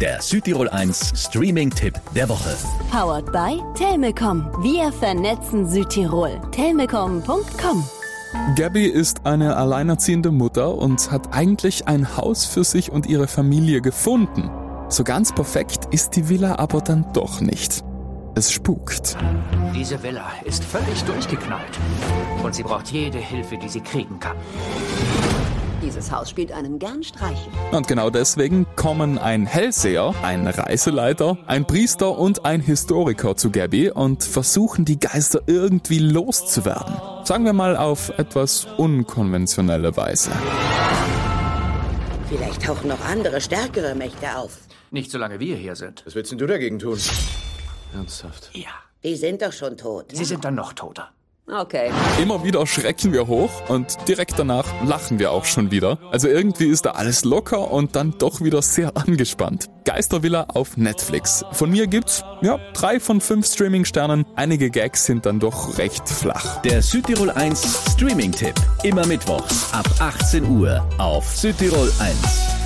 Der Südtirol 1 Streaming-Tipp der Woche. Powered by Telmecom. Wir vernetzen Südtirol. Telmecom.com Gabby ist eine alleinerziehende Mutter und hat eigentlich ein Haus für sich und ihre Familie gefunden. So ganz perfekt ist die Villa aber dann doch nicht. Es spukt. Diese Villa ist völlig durchgeknallt. Und sie braucht jede Hilfe, die sie kriegen kann. Dieses Haus spielt einem gern Streiche. Und genau deswegen kommen ein Hellseher, ein Reiseleiter, ein Priester und ein Historiker zu Gabby und versuchen die Geister irgendwie loszuwerden. Sagen wir mal auf etwas unkonventionelle Weise. Vielleicht tauchen noch andere, stärkere Mächte auf. Nicht solange wir hier sind. Was willst denn du dagegen tun? Ernsthaft. Ja. Die sind doch schon tot. Sie sind dann noch toter. Okay. Immer wieder schrecken wir hoch und direkt danach lachen wir auch schon wieder. Also irgendwie ist da alles locker und dann doch wieder sehr angespannt. Geistervilla auf Netflix. Von mir gibt's, ja, drei von fünf Streaming-Sternen. Einige Gags sind dann doch recht flach. Der Südtirol 1 Streaming-Tipp. Immer mittwochs ab 18 Uhr auf Südtirol 1.